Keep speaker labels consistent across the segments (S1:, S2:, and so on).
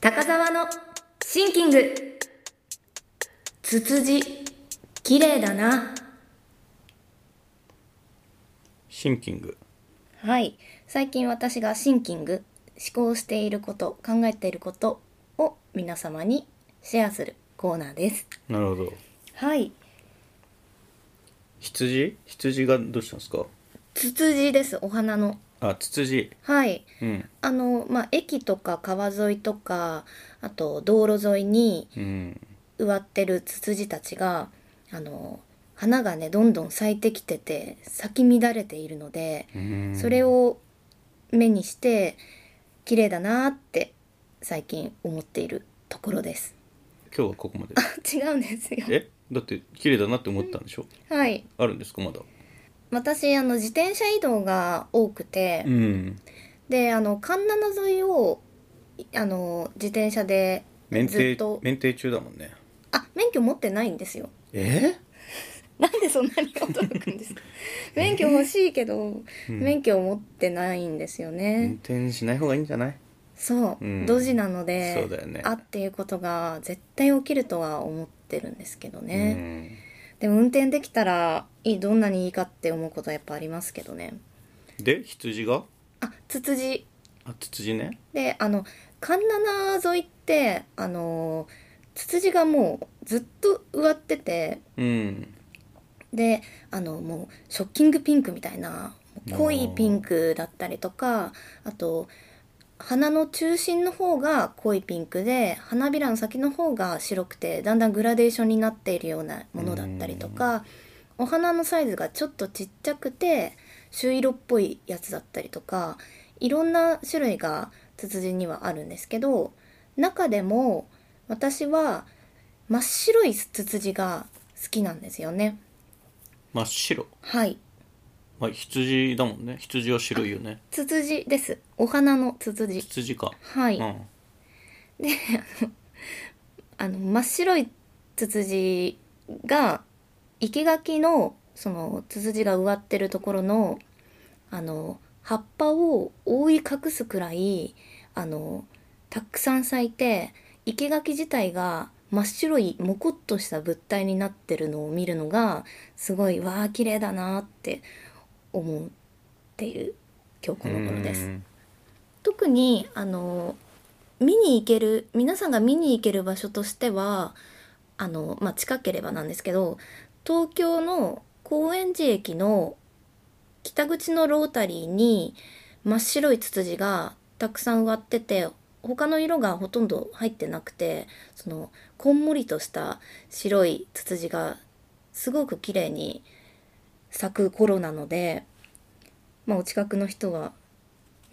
S1: 高沢のシンキングツツジ綺麗だな
S2: シンキング
S1: はい最近私がシンキング思考していること考えていることを皆様にシェアするコーナーです
S2: なるほど
S1: はい
S2: 羊羊がどうしたんですか
S1: ツツジですお花の
S2: あツツジ
S1: はい
S2: うん
S1: あのまあ駅とか川沿いとかあと道路沿いに
S2: うん
S1: 植わってるツツジたちがあの花がねどんどん咲いてきてて咲き乱れているので
S2: うん
S1: それを目にして綺麗だなーって最近思っているところです。
S2: 今日はここまで
S1: 違うんですよ。
S2: えだって綺麗だなって思ったんでしょ
S1: はい。
S2: あるんですかまだ
S1: 私あの自転車移動が多くて、
S2: うん
S1: であの神奈沿いをいあの自転車で
S2: 免
S1: ずっ
S2: 停
S1: と
S2: 免停中だもんね
S1: あ免許持ってないんですよ。
S2: え
S1: なんでそんなに驚くん ですか免許欲しいけど、
S2: うん
S1: 免許を持ってないんですよ
S2: 運
S1: ね、
S2: 転しない方がいいんじゃない
S1: そう、
S2: うん
S1: ドジなので
S2: そうだよね
S1: あっていうことが絶対起きるとは思ってるんですけど
S2: う
S1: ね、
S2: ん
S1: でも運転できたらいいどんなにいいかって思うことはやっぱありますけどね
S2: で羊が
S1: あツツジ
S2: あツツジね
S1: であの環七沿いってあのツツジがもうずっと植わってて
S2: うん
S1: であのもうショッキングピンクみたいな濃いピンクだったりとかあと花の中心の方が濃いピンクで花びらの先の方が白くてだんだんグラデーションになっているようなものだったりとかお花のサイズがちょっとちっちゃくて朱色っぽいやつだったりとかいろんな種類がツツジにはあるんですけど中でも私は真っ白いツツジが好きなんですよね。
S2: 真っ白
S1: はい、
S2: まあ羊だもんね羊は白いよね
S1: ツツジです。お花のツツジ。
S2: 羊か
S1: はい。
S2: うん
S1: あの真っ白いツツジが生け垣のそのツツジが植わってるところのあの葉っぱを覆い隠すくらいあのたくさん咲いて生け垣自体が真っ白いモコっとした物体になってるのを見るのがすごいわあ綺麗だなって思っている今日この頃です
S2: う。ん
S1: 特にあの見に行ける皆さんが見に行ける場所としてはあの、まあ、近ければなんですけど東京の高円寺駅の北口のロータリーに真っ白いツツジがたくさん植わってて他の色がほとんど入ってなくてそのこんもりとした白いツツジがすごく綺麗に咲く頃なので、まあ、お近くの人は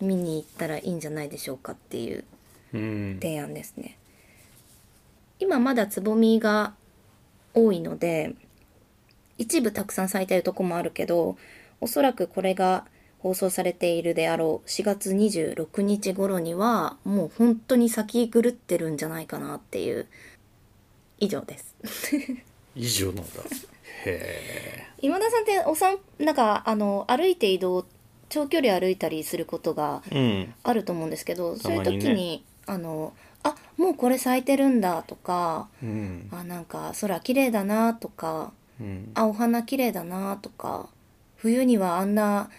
S1: 見に行ったらいいんじゃないでしょうかっていう
S2: うん
S1: 提案ですね今まだつぼみが多いので一部たくさん咲いてるとこもあるけどおそらくこれが放送されているであろう4月26日頃にはもう本当に咲き狂ってるんじゃないかなっていう以上です
S2: 以上なんだへ
S1: 今田さんっておさんなんかあの歩いて移動長距離歩いたりすることが
S2: えうん
S1: あると思うんですけど、
S2: た
S1: そういう
S2: まにね
S1: 時にあのあもうこれ咲いてるんだとか
S2: うん
S1: あなんか空綺麗だなとか
S2: うん
S1: あお花綺麗だなとか冬にはあんな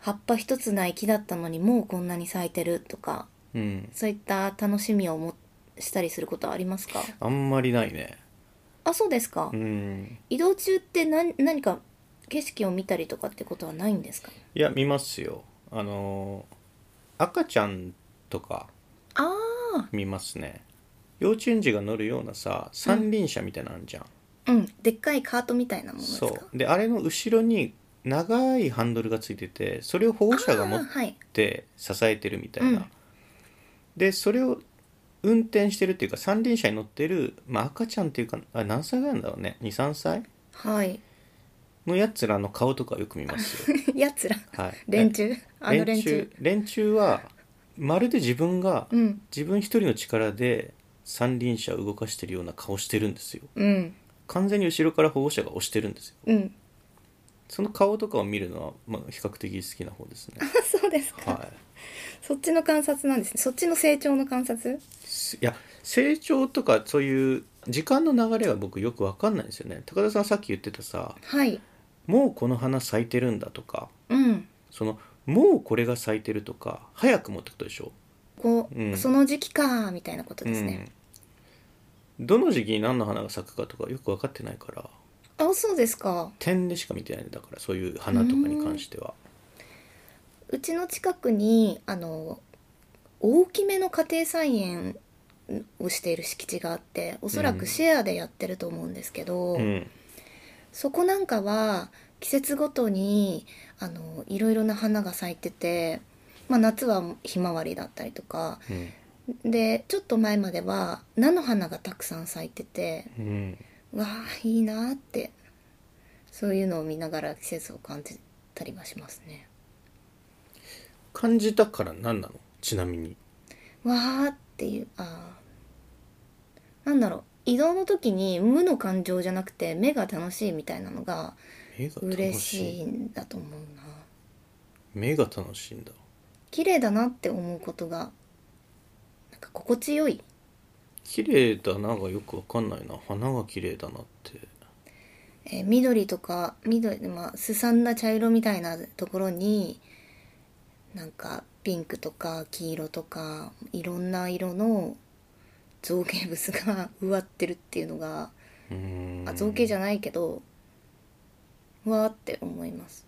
S1: 葉っぱ一つない木だったのにもうこんなに咲いてるとか
S2: うん
S1: そういった楽しみをもしたりすることはありますか
S2: あんまりないね
S1: あそうですか、
S2: うん
S1: 移動中って何何か景色を見たりとかってことはないんですか
S2: いや見ますよあのー赤ちゃんとか
S1: ああ
S2: 見ますね幼稚園児が乗るようなさ三輪車みたいなのあるじゃん、
S1: うんでっかいカートみたいなものですか
S2: そうであれの後ろに長いハンドルがついててそれを保護者が持
S1: あ
S2: っ
S1: ーはい
S2: て支えてるみたいな、
S1: うん
S2: でそれを運転してるっていうか三輪車に乗ってる、まあ、赤ちゃんっていうかあ何歳ぐらいなんだろうね23歳
S1: はい
S2: のやつらの顔とかよく見ますよ、
S1: やつら
S2: はい、
S1: 連中あの連中
S2: 連中はまるで自分が
S1: うん
S2: 自分一人の力で三輪車を動かしてるような顔してるんですよ
S1: うん
S2: 完全に後ろから保護者が押してるんですよ
S1: うん
S2: その顔とかを見るのは、まあ、比較的好きな方ですね
S1: そうですか、
S2: はい
S1: そっちの観察なんですねそっちの成長の観察
S2: すいや成長とかそういう時間の流れが僕よく分かんないんですよね高田さんさっき言ってたさ
S1: はい
S2: もうこの花咲いてるんだとか
S1: うん
S2: そのもうこれが咲いてるとか早くもってことでしょ
S1: こう、
S2: うん
S1: その時期かみたいなことですね、
S2: うん、どの時期に何の花が咲くかとかよく分かってないから
S1: あそうですか
S2: 点でしか見てないんだからそういう花とかに関しては
S1: うちの近くにあの大きめの家庭菜園をしている敷地があっておそら
S2: うん
S1: くシェアでやってると思うんですけど、
S2: うん
S1: そこなんかは季節ごとにあのいろいろな花が咲いてて、まあ、夏はひまわりだったりとか
S2: うん
S1: でちょっと前までは菜の花がたくさん咲いてて
S2: うん
S1: わあいいなってそういうのを見ながら季節を感じたりはしますね。
S2: 感じたから何なのちなみに
S1: わーっていうあーなんだろう移動の時に無の感情じゃなくて目が楽しいみたいなのが
S2: 目が楽
S1: 嬉
S2: し
S1: し
S2: い
S1: いんだと思うな
S2: 目が楽しいんだ
S1: 綺麗だなって思うことがなんか心地よい
S2: 綺麗だながよく分かんないな花が綺麗だなって
S1: えー緑とか緑、まあ、すさんだ茶色みたいなところになんかピンクとか黄色とかいろんな色の造形物が 植わってるっていうのが
S2: うーん
S1: あ造形じゃ
S2: な
S1: ないけどうわーって思います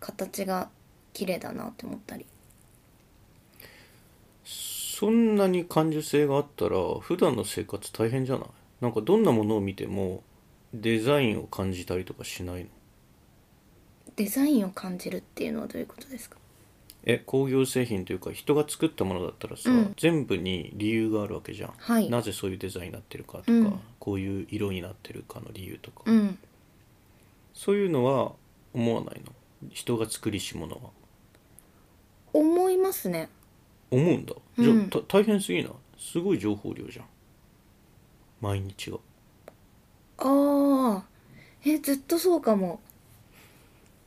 S1: 形が綺麗だなって思ったり
S2: そんなに感受性があったら普段の生活大変じゃないなんかどんなものを見てもデザインを感じたりとかしないの
S1: デザインを感じるっていうのはどういうことですか
S2: え工業製品というか人が作ったものだったらさ、
S1: うん
S2: 全部に理由があるわけじゃん、
S1: はい
S2: なぜそういうデザインになってるかと
S1: う
S2: か、
S1: ん
S2: こういう色になってるかの理由とか、
S1: うん
S2: そういうのは思わないの人が作りしものは
S1: 思いますね
S2: 思うんだじゃあ、
S1: うん
S2: た大変すぎないすごい情報量じゃん毎日が
S1: あーえずっとそうかも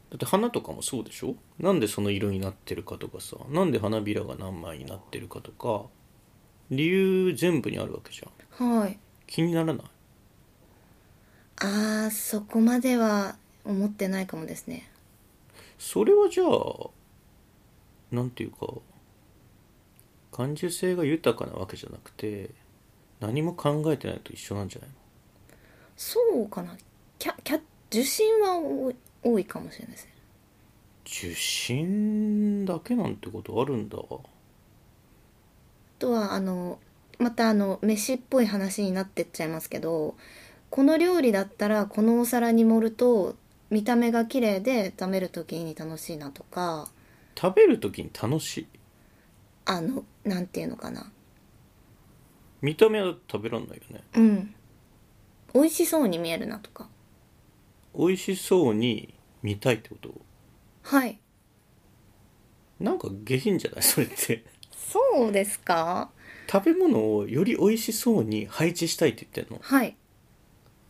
S2: だって花とかもそうでしょなんでその色になってるかとかさなんで花びらが何枚になってるかとか理由全部にあるわけじゃん
S1: はい
S2: 気にならない
S1: あーそこまでは思ってないかもですね
S2: それはじゃあなんていうか感受性が豊かなわけじゃなくて何も考えてないと一緒なんじゃないの
S1: そうかなキャキャ受信は多い多いかもしれないですね
S2: 受信だけなんてことあるんだ
S1: あとはあのまたあの飯っぽい話になってっちゃいますけどこの料理だったらこのお皿に盛ると見た目が綺麗で食べる時に楽しいなとか
S2: 食べる時に楽しい
S1: あのなんていうのかな
S2: 見た目は食べらんないよね
S1: うん美味しそうに見えるなとか
S2: 美味しそうに見たいってこと
S1: はい
S2: なんか下品じゃないそれって
S1: そうですか
S2: 食べ物をより美味しそうに配置したいって言ってんの
S1: はい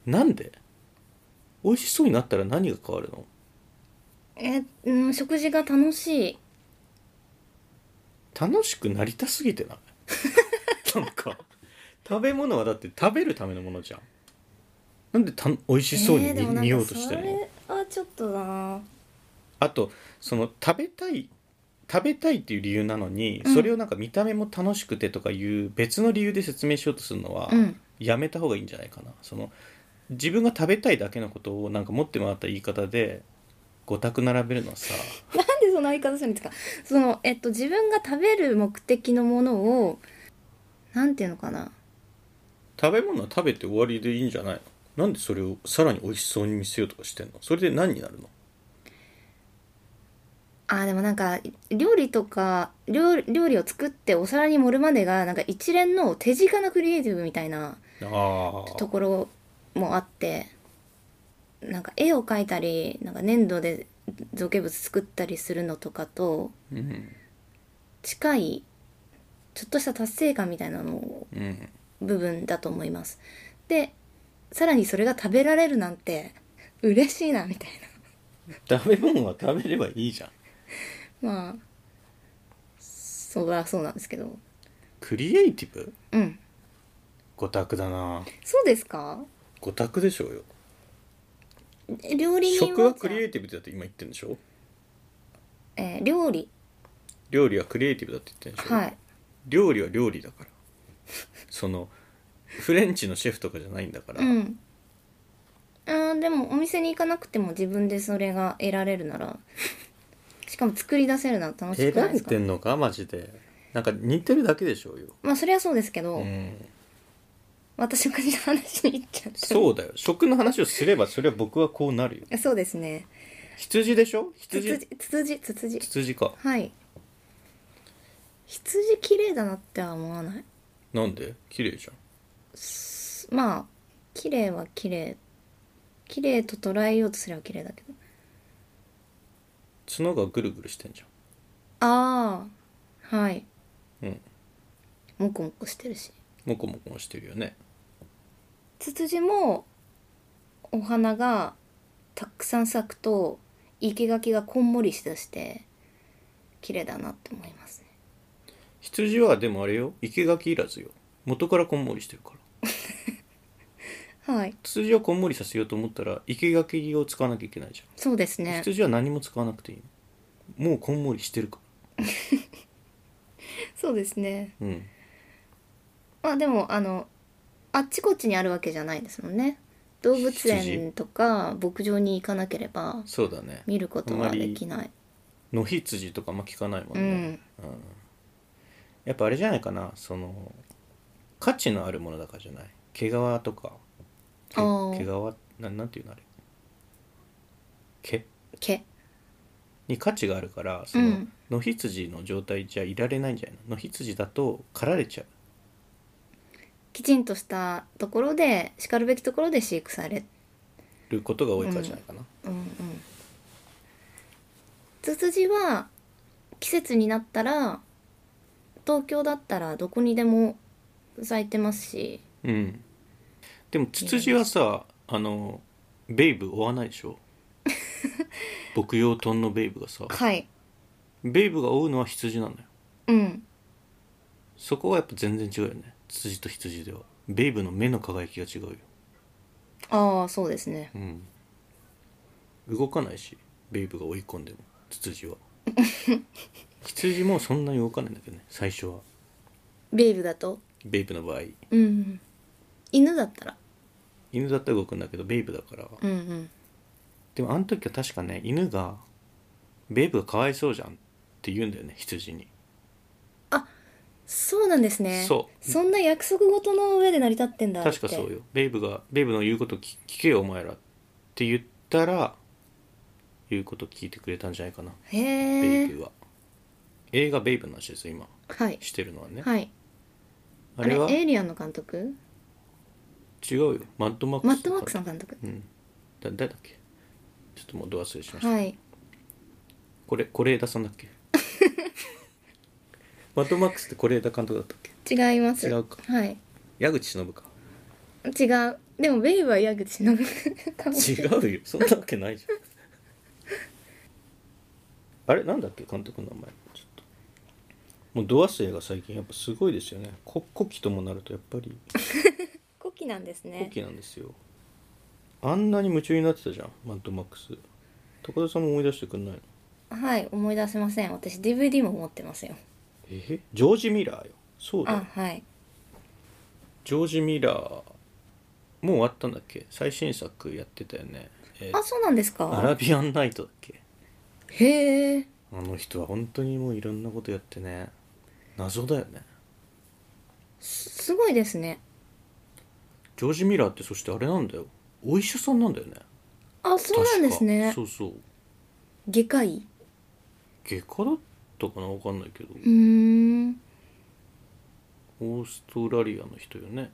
S2: なんで美味しそうになったら何が変わるの
S1: えうん食事が楽しい
S2: 楽しくなりたすぎて ないなんか食べ物はだって食べるためのものじゃんなんでた美味しそうに
S1: えーで
S2: に
S1: もなんか
S2: 見ようとしてるの、
S1: それはちょっとな
S2: あとその食べたい食べたいっていう理由なのに、
S1: うん
S2: それをなんか見た目も楽しくてとかいう別の理由で説明しようとするのは、
S1: うん
S2: やめた方がいいんじゃないかなその自分が食べたいだけのことをなんか持ってもらった言い方で五択並べるのはさ
S1: なんでそんな言い方するんですかその、えっと、自分が食べる目的のものを、なんていうのかな。
S2: 食べ物は食べて終わりでいいんじゃないのなんでそれをさらに美味しそうに見せようとかしてんのそれで何になるの
S1: あー、でもなんか、料理とか、料理料理を作ってお皿に盛るまでが、なんか一連の手近なクリエイティブみたいな
S2: あ
S1: ところもあって、なんか絵を描いたり、なんか粘土で造形物作ったりするのとかと、
S2: うん
S1: 近い、ちょっとした達成感みたいなのを
S2: うん
S1: 部分だと思います。で、さらにそれが食べられるなんて嬉しいなみたい
S2: 食べ物は食べればいいじゃん
S1: な。まあ、そりゃそうなんですけど。
S2: クリエイティブ
S1: うん。
S2: 五択だな
S1: そうですか
S2: 五択でしょうよ
S1: え料理人
S2: 食
S1: は
S2: は
S1: じゃあ
S2: クリエイティブだって今言ってるんでしょ
S1: えー料理
S2: 料理はクリエイティブだって言ってるんでしょ、
S1: はい
S2: 料理は料理だからそのフレンチのシェフとかじゃないんだから、
S1: うんあーでもお店に行かなくても自分でそれが得られるならしかも作り出せるなら楽し
S2: 得
S1: くな
S2: ら
S1: いで
S2: れ
S1: すか
S2: てんのかマジでなんか似てるだけでしょうよ、
S1: まあそれはそうですけど、
S2: うん、
S1: 私の国の話に行っちゃってう
S2: そうだよ食の話をすればそれは僕はこうなるよ
S1: そうですね
S2: 羊でしょ
S1: つつ
S2: 羊
S1: じつつじつつじ
S2: 羊か
S1: はい羊綺麗だなっては思わない
S2: なんで綺麗じゃん
S1: まあ綺麗は綺麗綺麗と捉えようとすれば綺麗だけど
S2: 角がぐるぐるしてんじ
S1: ああはい
S2: ゃんうん
S1: もこもこしてるし
S2: もこもこもしてるよね
S1: ツツジもお花がたくさん咲くと生垣がこんもりしだして綺麗だなって思いますね
S2: 羊はでもあれよ生垣いらずよ元からこんもりしてるから
S1: はい
S2: 羊をこんもりさせようと思ったら生垣を使わなきゃいけないじゃ
S1: そうです
S2: ん、
S1: ね
S2: 羊は何も使わなくていいのもうこんもりしてるか
S1: そうですね
S2: らうん
S1: まあでもあのあっちこっちにあるわけじゃないですもんね動物園とか牧場に行かなければ
S2: そうだね
S1: 見ることはできない
S2: 野羊とかあんま聞かないもん
S1: う
S2: ね、
S1: ん
S2: うんやっぱあれじゃないかなその価値のあるものだからじゃない毛皮とかけ
S1: あー
S2: 毛皮ななんていうのあれ毛
S1: 毛
S2: に価値があるからその、
S1: うん
S2: 野羊の状態じゃいられないんじゃないの野羊だと狩られちゃう
S1: きちんとしたところでしかるべきところで飼育され
S2: ることが多いからじゃないかな、
S1: うんうんツツジは季節になったら東京だったらどこにでも咲いてますし
S2: うんでもツツジはさあのベイブ追わないで しょ牧羊豚のベイブがさ
S1: はい
S2: ベイブが追うのは羊なのよ
S1: うん
S2: そこはやっぱ全然違うよねツツジと羊ではベイブの目の輝きが違うよ
S1: ああそうですね
S2: うん動かないしベイブが追い込んでもツツ ジは羊もそんなに動かないんだけどね最初は
S1: ベイブだと
S2: ベイブの場合
S1: うん犬だったら
S2: 犬だったら動くんだけどベイブだから
S1: うんうん
S2: でもあの時は確かね犬が「ベイブがかわいそうじゃん」って言うんだよね羊に
S1: そうなんですね
S2: そう
S1: そんな約束事の上で成り立ってんだ
S2: 確かそうよベイブがベイブの言うこと聞聞けよお前らって言ったら言うこと聞いてくれたんじゃないかな
S1: へ
S2: ベイ
S1: え
S2: ブは映画「ベイブ」の話ですよ今
S1: はい
S2: してるのはね、
S1: はい
S2: あれは
S1: エイリアンの監督
S2: 違うよマッドマックス
S1: マットマックスの監督
S2: うんだ誰だっけちょっともうド忘れしました、
S1: はい
S2: これ是枝さんだっ けマッドマックスって是枝監督だったっけ
S1: 違います
S2: 違うか
S1: はい
S2: 矢口忍か
S1: 違うでもベイブは矢口のかもしれ
S2: 違
S1: ないう
S2: よそんなわけないじゃんあれなんだっけ監督の名前ちょっともうド忘れが最近やっぱすごいですよねこ古希ともなるとやっぱり
S1: コキなんです
S2: 古
S1: ね
S2: 希なんですよあんなに夢中になってたじゃんマッドマックス高田さんも思い出してくんないの
S1: はい思い出せません私 DVD も持ってますよ
S2: えジョージ・ミラーよそうだよ
S1: あはい
S2: ジョージ・ミラーもう終わったんだっけ最新作やってたよねえー
S1: あそうなんです
S2: アラ
S1: か
S2: ビアン・ナイトだっけ
S1: へえ
S2: あの人は本当にもういろんなことやってね謎だよね
S1: すごいですね
S2: ジョージ・ミラーってそしてあれなんだよお医者さんなんだよね
S1: あそうなんですね
S2: 確かそうそう
S1: 外科医
S2: 外科だったかな分かんないけど
S1: うーん
S2: オーストラリアの人よね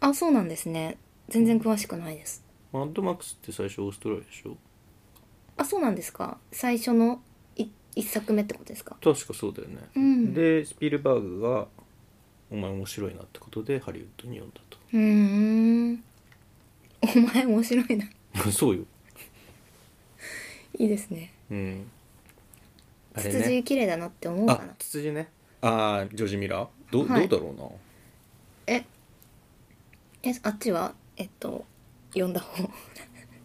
S1: あそうなんですね全然詳しくないです
S2: マッドマックスって最初オーストラリアでしょ
S1: あそうなんですか最初のい一作目ってことですか
S2: 確かそうだよね、
S1: うん
S2: でスピルバーグが「お前面白いな」ってことでハリウッドに呼んだと
S1: うーんお前面白いな
S2: そうよ。
S1: いいですね
S2: うん。あれ
S1: ツツ
S2: ね。
S1: ジ綺麗だなって思うか
S2: あ
S1: な、
S2: ツツジね。ああ、ジョージミラー。ど、
S1: はい
S2: どうだろう
S1: ええあっちはえっと読んだ方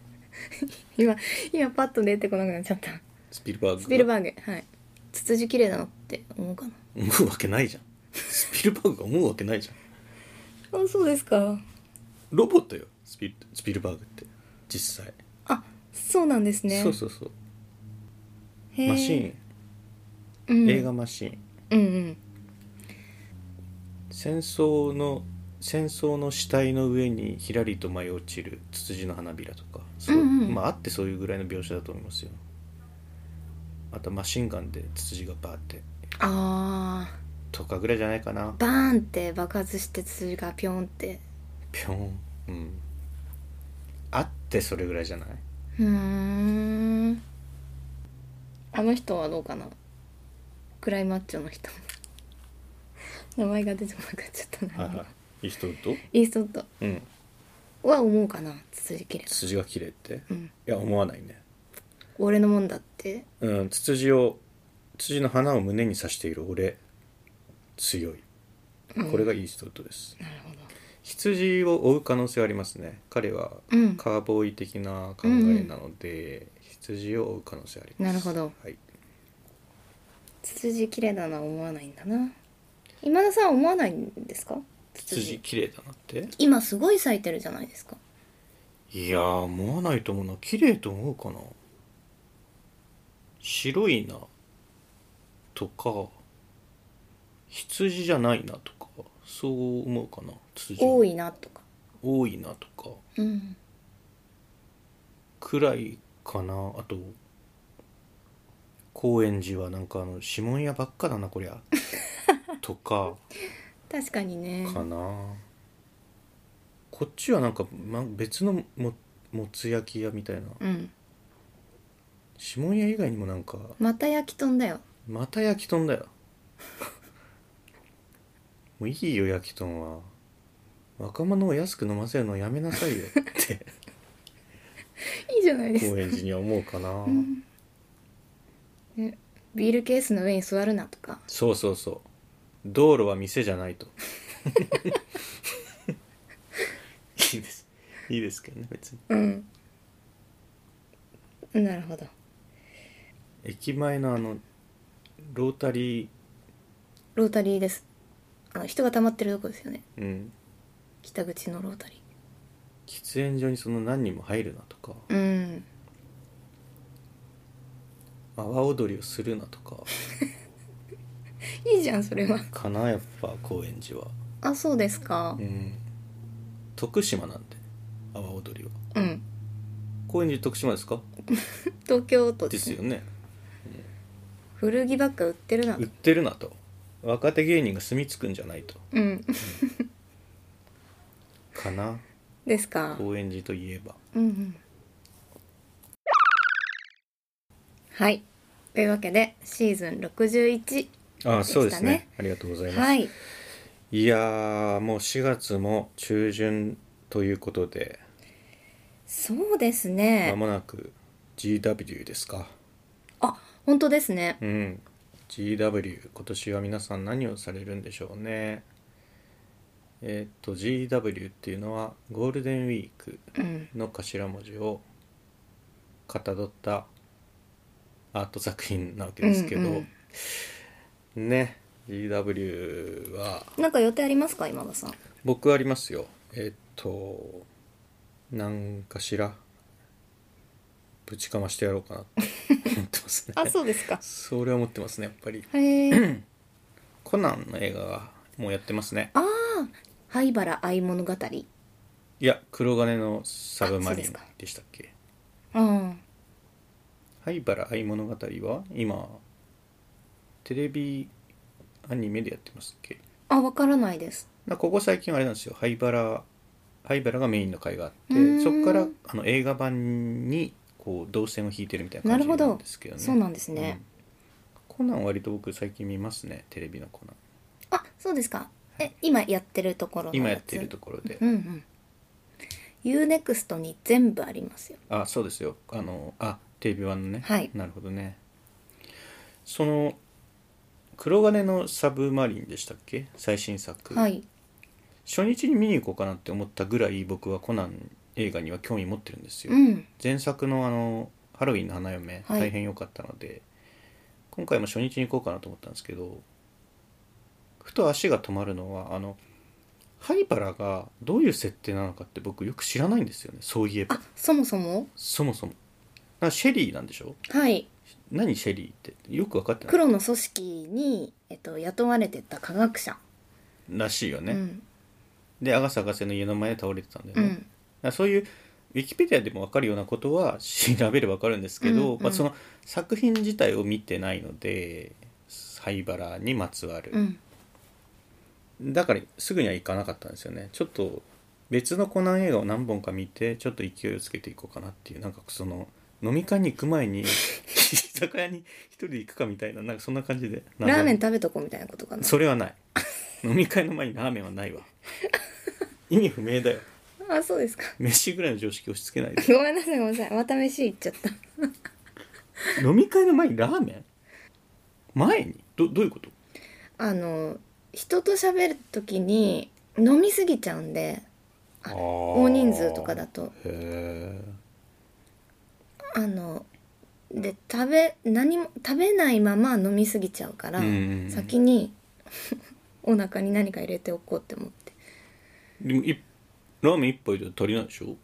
S1: 今今パッと出てこなくなっちゃった
S2: スピルバーグ
S1: スピル
S2: ー
S1: バーグはいツツジ綺麗だなって思うかな
S2: グ思うわけないじゃんスピルバーグが思うわけないじゃん
S1: あそうですか
S2: ロボットよスピルスピルバーグって実際、
S1: あそうなんですね
S2: そうそうそう
S1: へ
S2: マシーン、
S1: ーン、うん、
S2: 映画マシーン
S1: うんうん
S2: 戦争の戦争の死体の上にひらりと舞い落ちるツツジの花びらとかそう
S1: うんうん
S2: まああってそういうぐらいの描写だと思いますよあとマシンガンでツツジがバーって
S1: あ
S2: とかぐらいじゃないかな
S1: ーバーンって爆発してツツジがピョンって
S2: ぴょんうんあってそれぐらいじゃないう
S1: ーんあの人はどうかなクライマッチョの人 名前が出てこなくなっちゃったな、
S2: いい人ウッド
S1: イーストウッ
S2: うん
S1: ドは思うかなツツジ綺麗だ
S2: ツツジが綺麗って
S1: うん
S2: いや思わないね
S1: 俺のもんだって
S2: うんツツジをツツジの花を胸に刺している俺強いこれがイーストウッドです、
S1: なるほど
S2: 羊を追う可能性はありますね彼は
S1: うん
S2: カーボーイ的な考えなので、羊を追う可能性あります
S1: なるほど
S2: はい、
S1: ツツジ綺麗だな思わないんだな今田さんは思わないんですかツツ
S2: 羊
S1: ジ
S2: 綺麗だなって
S1: 今すごい咲いてるじゃないですか
S2: いやー思わないと思うな綺麗と思うかな白いなとか羊じゃないなとかそう思うかな羊
S1: 多いなとか
S2: 多いなとか
S1: うん
S2: くらいかなあと高円寺はなんかあの指紋屋ばっかだなこ りゃとか
S1: 確かにね
S2: かな、こっちはなんか、ま、別のももつ焼き屋みたいな
S1: うん
S2: 指紋屋以外にもなんか
S1: また焼きとんだよ
S2: また焼き豚だよ もういいよ焼き豚は若者を安く飲ませるのやめなさいよって
S1: いいじゃないですか
S2: 高円寺には思うかな、
S1: うんねビールケースの上に座るなとか
S2: そうそうそう道路は店じゃないといいですいいですけどね別に
S1: うんなるほど
S2: 駅前のあのロータリー、
S1: ロータリーですあの人が溜まってるとこですよね
S2: うん、
S1: 北口のロータリ
S2: 喫煙所にその何人も入るなとか
S1: ーうん
S2: 阿波踊りをするなとか
S1: いいじゃんそれは
S2: かなやっぱ高円寺は、
S1: あそうですか
S2: うん、徳島なんで阿波踊りは
S1: うん
S2: 高円寺徳島ですか
S1: 東京都で
S2: ですす
S1: ね
S2: よね
S1: 古着ばっか売ってるな
S2: 売ってるなと若手芸人が住み着くんじゃないと
S1: うん
S2: かな
S1: ですか
S2: 高円寺といえば
S1: うんうんはいというわけでシーズン61
S2: ああそう
S1: で
S2: で
S1: した
S2: す
S1: ね
S2: ねありがとうございます、
S1: はい
S2: い、やーもう4月も中旬ということで
S1: そうです
S2: ま
S1: ね
S2: もなく GW ですか
S1: あ本当ですね
S2: うん GW 今年は皆さん何をされるんでしょうねえーっと GW っていうのはゴールデンウィーク
S1: うん
S2: の頭文字をかたどったアート作品なわけですけど、
S1: うん
S2: ね GW は
S1: なんか予定ありますか今田さん
S2: 僕ありますよえっとなんかしらぶちかましてやろうか なって思ってますね
S1: そうですか
S2: それは思ってますねやっぱり
S1: へえ
S2: コナンの映画がもうやってますね
S1: ああ 灰原愛物語
S2: いや黒金のサブ
S1: あそ
S2: マリ
S1: う
S2: ン
S1: ですか
S2: でしたっけ
S1: うん
S2: 灰原愛物語は今テレビアニメでやってますっけ
S1: あわからないです
S2: なここ最近はあれなんですよ灰原灰原がメインの回があ
S1: う
S2: って
S1: ーん
S2: そこからあの映画版にこう動線を引いてるみたいな
S1: な
S2: 感
S1: る
S2: じ
S1: ほ
S2: なん
S1: ど
S2: ですけどね
S1: そうなんですね、
S2: うんコナン割と僕最近見ますねテレビのコナン
S1: あそうですかえ今やってるところの
S2: 今やってるところで、
S1: うんうん UNEXT に全部ありますよ
S2: あそうですよあのあテレビ版のね、
S1: はい
S2: なるほどねその黒金のサブマリンでしたっけ最新作、
S1: はい
S2: 初日に見に行こうかなって思ったぐらい僕はコナン映画には興味持ってるんですよ、
S1: うん
S2: 前作のあの「ハロウィンの花嫁」
S1: はい
S2: 大変良かったので、今回も初日に行こうかなと思ったんですけどふと足が止まるのはあのハイパラがどういう設定なのかって僕よく知らないんですよねそういえば
S1: あそもそも
S2: そもそもなんかシェリーなんでしょ
S1: はい
S2: 何シェリーってよく分かってない
S1: 黒の組織に、えっと、雇われてた科学者、
S2: らしいよね、
S1: うん
S2: でアガサ博士の家の前で倒れてたんだよ
S1: う
S2: ね、
S1: ん
S2: だからそういうウィキペディアでも分かるようなことは調べれば分かるんですけ
S1: うん
S2: ど、
S1: うん
S2: まあ、その作品自体を見てないので灰原にまつわ
S1: う
S2: る、
S1: ん
S2: だからすぐには行かなかったんですよねちょっと別のコナン映画を何本か見てちょっと勢いをつけていこうかなっていうなんかその飲み会に行く 前に居酒屋に一人で行くかみたいななんかそんな感じで
S1: ラーメン食べとこうみたいなことかな
S2: それはない飲み会の前にラーメンはないわ意味不明だよ
S1: あそうですか
S2: 飯ぐらいの常識押し付けないで
S1: ごめんなさいごめんなさいまた飯行っちゃった
S2: 飲み会の前にラーメン前にどどういうこと
S1: あの人と喋る時に飲みすぎちゃうんであ大
S2: 大
S1: 人数とかだと
S2: へえ
S1: あので食べ何も食べないまま飲みすぎちゃうから、先に お腹に何か入れておこうって思って
S2: でもいラーメン一杯じゃ足りないでしょ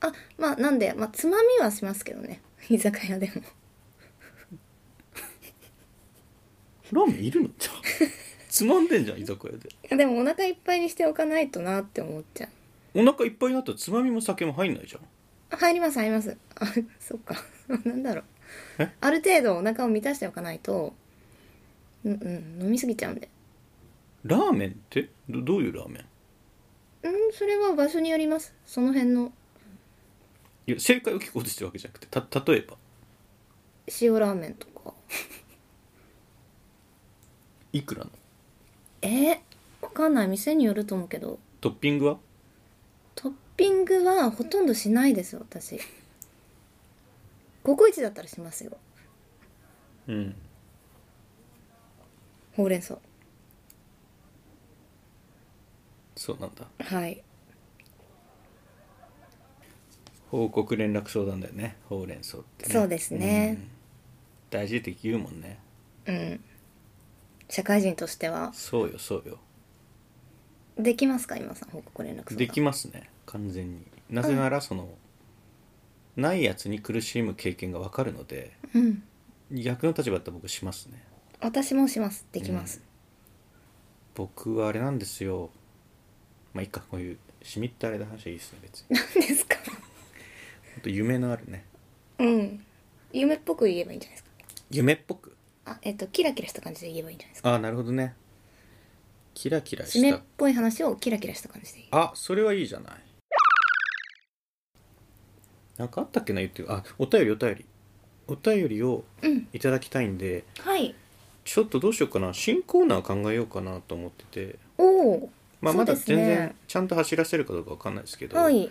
S1: あまあなんで、まあ、つまみはしますけどね 居酒屋でも
S2: ラーメンいるのじゃあ つまんでんじゃん居酒屋で
S1: いやでもお腹いっぱいにしておかないとなって思っちゃう
S2: お腹いっぱいになったらつまみも酒も入んないじゃん
S1: あ入ります入りますあ そっかなんだろう
S2: え
S1: ある程度お腹を満たしておかないとうんうん飲みすぎちゃうんで
S2: ラーメンってどどういうラーメン
S1: うんそれは場所によりますその辺の
S2: いや正解を聞こうとしてるわけじゃなくてた例えば
S1: 塩ラーメンとか
S2: いくらの
S1: えー、わかんない店によると思うけど
S2: トッピングは
S1: トッピングはほとんどしないですよ私ココイチだったらしますよ
S2: うん
S1: ほうれん草
S2: そうなんだ
S1: はい
S2: 報告連絡相談だよねほうれん草って、
S1: そうですね
S2: うん大事って言うもんね
S1: うん社会人としては
S2: そうよそうよ
S1: できますか今さん報告連絡相談
S2: できますね完全になぜならその、ないやつに苦しむ経験がわかるので
S1: うん
S2: 逆の立場だったら僕しますね
S1: 私もしますできます、
S2: 僕はあれなんですよまあいいかこういうしみったれた話はいいですね別に
S1: なん、何ですか
S2: ほんと夢のあるね
S1: うん夢っぽく言えばいいんじゃないですか
S2: 夢っぽく
S1: あえっとキラキラした感じで言えばいいんじゃないですか
S2: ああなるほどねキラキラし
S1: 夢ったぽい話をキラキラした感じで言う
S2: あそれはいいじゃないなんかあったっけな言ってるあお便りお便りお便りを
S1: うん
S2: いただきたいんで
S1: はい
S2: ちょっとどうしようかな新コーナー考えようかなと思ってて、
S1: おお
S2: まあ、
S1: そ
S2: ま
S1: う
S2: だ
S1: ですね
S2: 全然ちゃんと走らせるかどうかわかんないですけど
S1: はい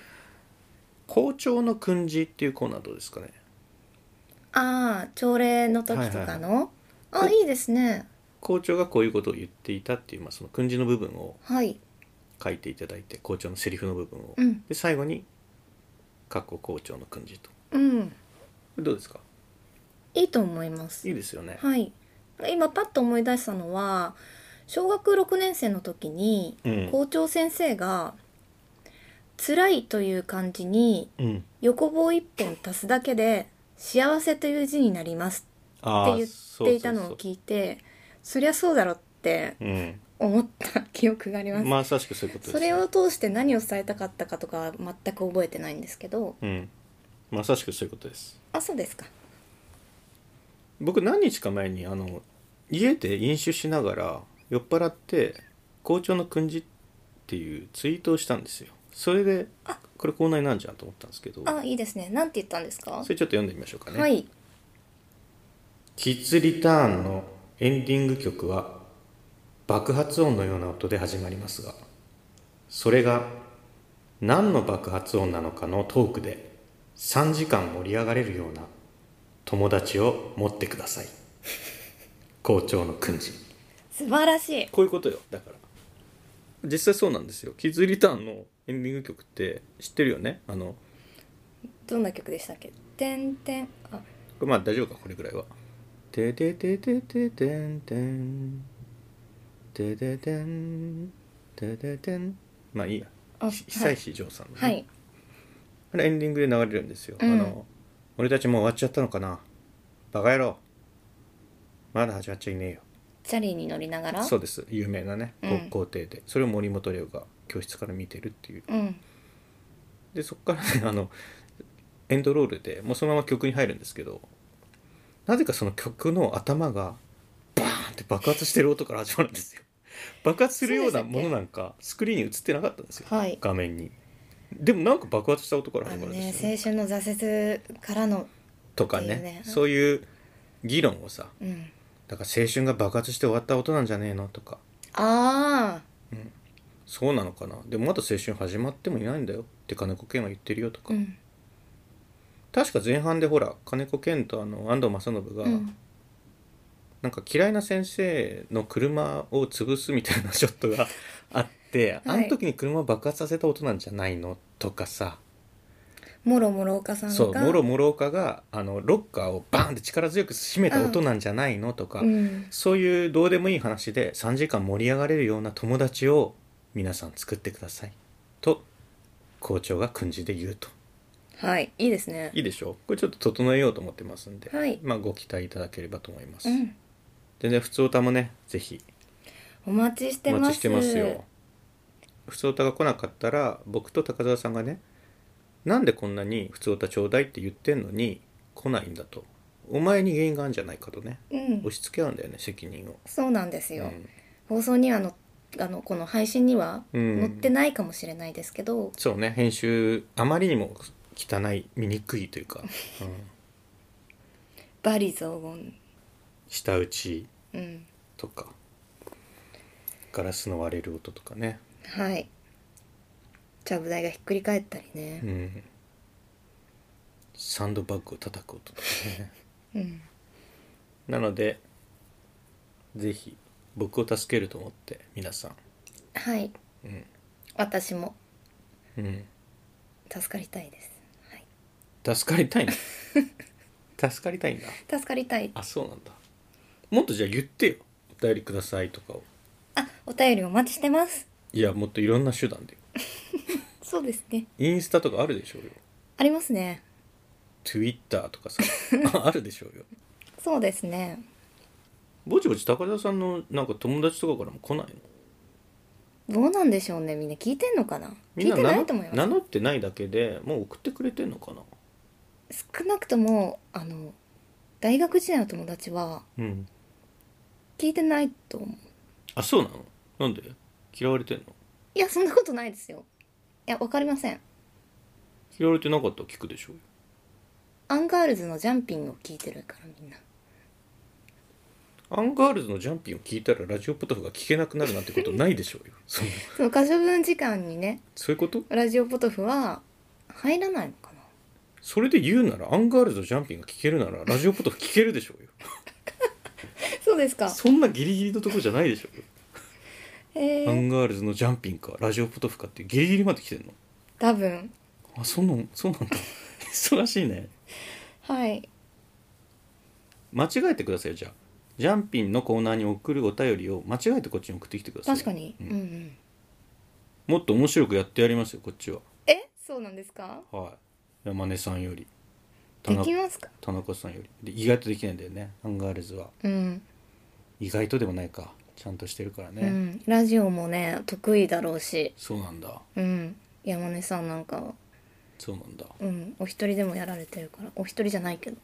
S2: 校長の訓示」っていうコーナーどうですかね
S1: ああ朝礼の時とかの、
S2: いはい
S1: あいいですね
S2: 校長がこういうことを言っていたっていう、まあ、その訓示の部分を
S1: はい
S2: 書いていただいて校長のセリフの部分を、
S1: うん
S2: で最後に「かっこ校長の訓示と」
S1: うん
S2: どうですか
S1: いいと思います
S2: いいですよね、
S1: はい今パッと思い出したのは小学6年生の時に
S2: うん
S1: 校長先生が「辛い」という漢字に
S2: うん、
S1: 横棒一本足すだけで「幸せ」という字になりますっ
S2: あ
S1: て
S2: あ
S1: 言っ
S2: そうそ
S1: て
S2: う
S1: いたの
S2: そう
S1: を聞いてそりゃそうだろって
S2: うん
S1: 思った記憶があります、
S2: まさしくそういうことです、
S1: それを通して何を伝えたかったかとかは全く覚えてないんですけど
S2: うんまさしくそういうことです
S1: あそうですか
S2: 僕何日か前にあの家で飲酒しながら酔っ払って校長の訓示っていうツイートをしたんですよそれで
S1: あ
S2: これコーナーになんじゃんと思ったんですけど
S1: あいいですねなんて言ったんですか
S2: それちょっと読んでみましょうかね、
S1: はい
S2: キッズリターンのエンディング曲は爆発音のような音で始まりますがそれが何の爆発音なのかのトークで3時間盛り上がれるような友達を持ってください校長の訓示
S1: 素晴らしい
S2: こういうことよだから実際そうなんですよ「キッズリターン」のエンディング曲って知ってるよねあの
S1: どんな曲でしたっけてんてんあ
S2: これまあ大丈夫かこれぐらいは。ててててててんてんてててんてててんまあいいや
S1: あ
S2: ひ久石譲さんのね、
S1: はい
S2: あれエンディングで流れるんですよ、
S1: うん
S2: あの俺たちもう終わっちゃったのかなバカ野郎まだ始まっちゃいねえよ
S1: チャリに乗りながら
S2: そうです有名なね
S1: うん
S2: 校庭で、それを森本レオが教室から見てるっていう
S1: うん
S2: でそこからね あのエンドロールでもうそのまま曲に入るんですけどなぜかその曲の頭がバーンって爆発してる音から始まるんですよ 爆発するようなものなんかスクリーンに映ってなかったんですよ
S1: はい
S2: 画面にでもなんか爆発した音から
S1: あ
S2: 始ま
S1: の
S2: るん
S1: ね
S2: ですよ、
S1: 青春の挫折からの
S2: とかね
S1: っていうねうん
S2: そういう議論をさ
S1: うん
S2: だから青春が爆発して終わった音なんじゃねえのとか
S1: ああ
S2: そうなのかなでもまだ青春始まってもいないんだよって金子健は言ってるよとか、
S1: うん
S2: 確か前半でほら金子健とあの安藤正信が、
S1: うん
S2: なんか嫌いな先生の車を潰すみたいなショットがあって、あの時に車を爆発させた音なんじゃないのとかさ
S1: もろもろ岡さんが
S2: そうもろもろ岡があのロッカーをバーンって力強く閉めた音なんじゃないのとか、
S1: うん
S2: そういうどうでもいい話で3時間盛り上がれるような友達を皆さん作ってくださいと校長が訓示で言うと
S1: はいいいですね
S2: いいでしょうこれちょっと整えようと思ってますんで、
S1: はい
S2: まあご期待いただければと思います、
S1: うん
S2: 全然普通歌もねぜひ
S1: お待ちしてま
S2: お
S1: す
S2: 待ちしてますよ普通歌が来なかったら僕と高澤さんがねなんでこんなに普通歌ちょうだいって言ってんのに来ないんだとお前に原因があるんじゃないかとね
S1: うん
S2: 押し付け合うんだよね責任を、
S1: そうなんです
S2: う
S1: よ、
S2: ん
S1: 放送にはのあのこの配信には
S2: うん
S1: 載ってないかもしれないですけど、
S2: そうね編集あまりにも汚い醜いとい うか、うん、
S1: バリ雑言
S2: 舌打ち
S1: うん
S2: とかガラスの割れる音とかね、
S1: はいちゃぶ台がひっくり返ったり
S2: う
S1: ね
S2: ん、サンドバッグを叩く音とかね
S1: うん、
S2: なのでぜひ僕を助けると思って皆さ
S1: はい、
S2: うん
S1: 私も
S2: ん、うん、
S1: 助かりたいです、はい、
S2: 助かりたいんだ 助かりたいんだ
S1: 助かりたい
S2: あそうなんだもっとじゃあ言ってよお便りくださいとかを
S1: あお便りお待ちしてます
S2: いやもっといろんな手段で
S1: そうですね
S2: インスタとかあるでしょうよ
S1: ありますね
S2: Twitter とか さあるでしょうよ
S1: そうですね
S2: ぼちぼち高田さんのなんか友達とかからも来ないの
S1: どうなんでしょうねみんな聞いてんのかな
S2: みん
S1: 聞いて
S2: な名
S1: ない
S2: 乗
S1: と思いま
S2: 名乗ってないだけでもう送ってくれてんのかな
S1: す少なくともあの大学時代の友達は
S2: うん
S1: 聞いてないと思う
S2: あそうなのなんで嫌われてんの
S1: いやそんなことないですよいやわかりません
S2: 嫌われてなかったら聞くでしょうよ
S1: アンガールズのジャンピングを聞いてるからみんな
S2: アンガールズのジャンピンを聞いたらラジオポトフが聞けなくなるなんてことないでしょうよ その
S1: その可処分時間にね
S2: そういうこと
S1: ラジオポトフは入らないのかな
S2: それで言うならアンガールズのジャンピンが聞けるならラジオポトフ聞けるでしょうよ
S1: そうですか
S2: そんなギリギリのとこじゃないでしょうよ
S1: え
S2: ア
S1: ー、
S2: ンガールズのジャンピンかラジオポトフかってギリギリまで来てんの
S1: 多分
S2: あそうなんそうなんだ 忙しいね
S1: はい
S2: 間違えてくださいよじゃあジャンピンのコーナーに送るお便りを間違えてこっちに送ってきてください
S1: 確かに
S2: う
S1: うんんうん
S2: もっと面白くやってやりますよこっちは
S1: えそうなんですか
S2: はい山根さんより田
S1: で
S2: 中
S1: きますか
S2: 田中さんよりで意外とできないんだよねアンガールズは
S1: うん、
S2: 意外とでもないかちゃんとしてるからね、
S1: うんラジオもね得意だろうし
S2: そうなんだ
S1: うん山根さんなんかは
S2: そうなんだ
S1: うんお一人でもやられてるからお一人じゃないけど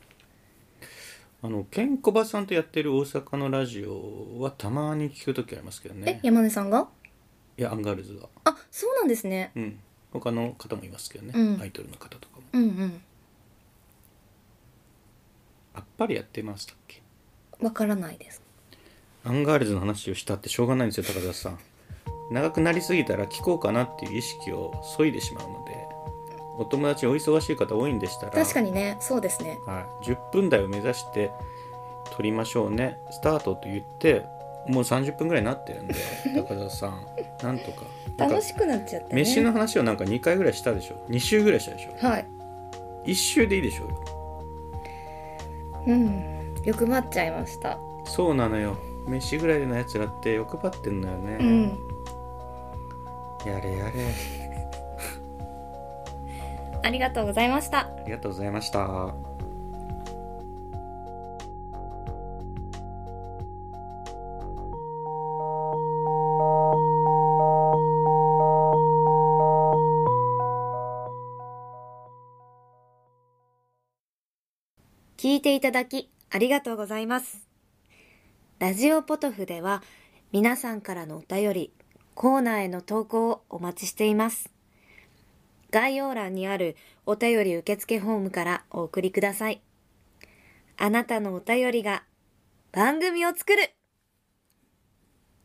S2: あのケンコバさんとやってる大阪のラジオはたまに聞く時ありますけど
S1: え
S2: ね
S1: 山根さんが
S2: いやアンガールズは
S1: あそうなんですね
S2: うん他の方もいますけどね、
S1: うん
S2: アイドルの方とかも
S1: うんうん
S2: あっぱれやってましたっけ
S1: わからないです
S2: アンガールズの話をしたってしょうがないんですよ高田さん長くなりすぎたら聞こうかなっていう意識を削いでしまうのでお友達お忙しい方多いんでしたら
S1: 確かにねそうですね
S2: はい、10分台を目指して撮りましょうねスタートと言ってもう30分ぐらいになって るんで高田さんなんとかなんか
S3: 楽しくなっちゃってね
S2: 飯の話をなんか2回ぐらいしたでしょ2週ぐらいしたでしょ
S3: はい
S2: 1週でいいでしょうよ
S3: うん欲張っちゃいました
S2: そうなのよ飯ぐらいのやつらって欲張ってんのよね、
S3: うん
S2: やれやれ
S3: ありがとうございました
S2: ありがとうございました
S1: 聞いていただきありがとうございます。ラジオポトフでは皆さんからのお便り、コーナーへの投稿をお待ちしています。概要欄にあるお便り受付フォームからお送りください。あなたのお便りが番組を作る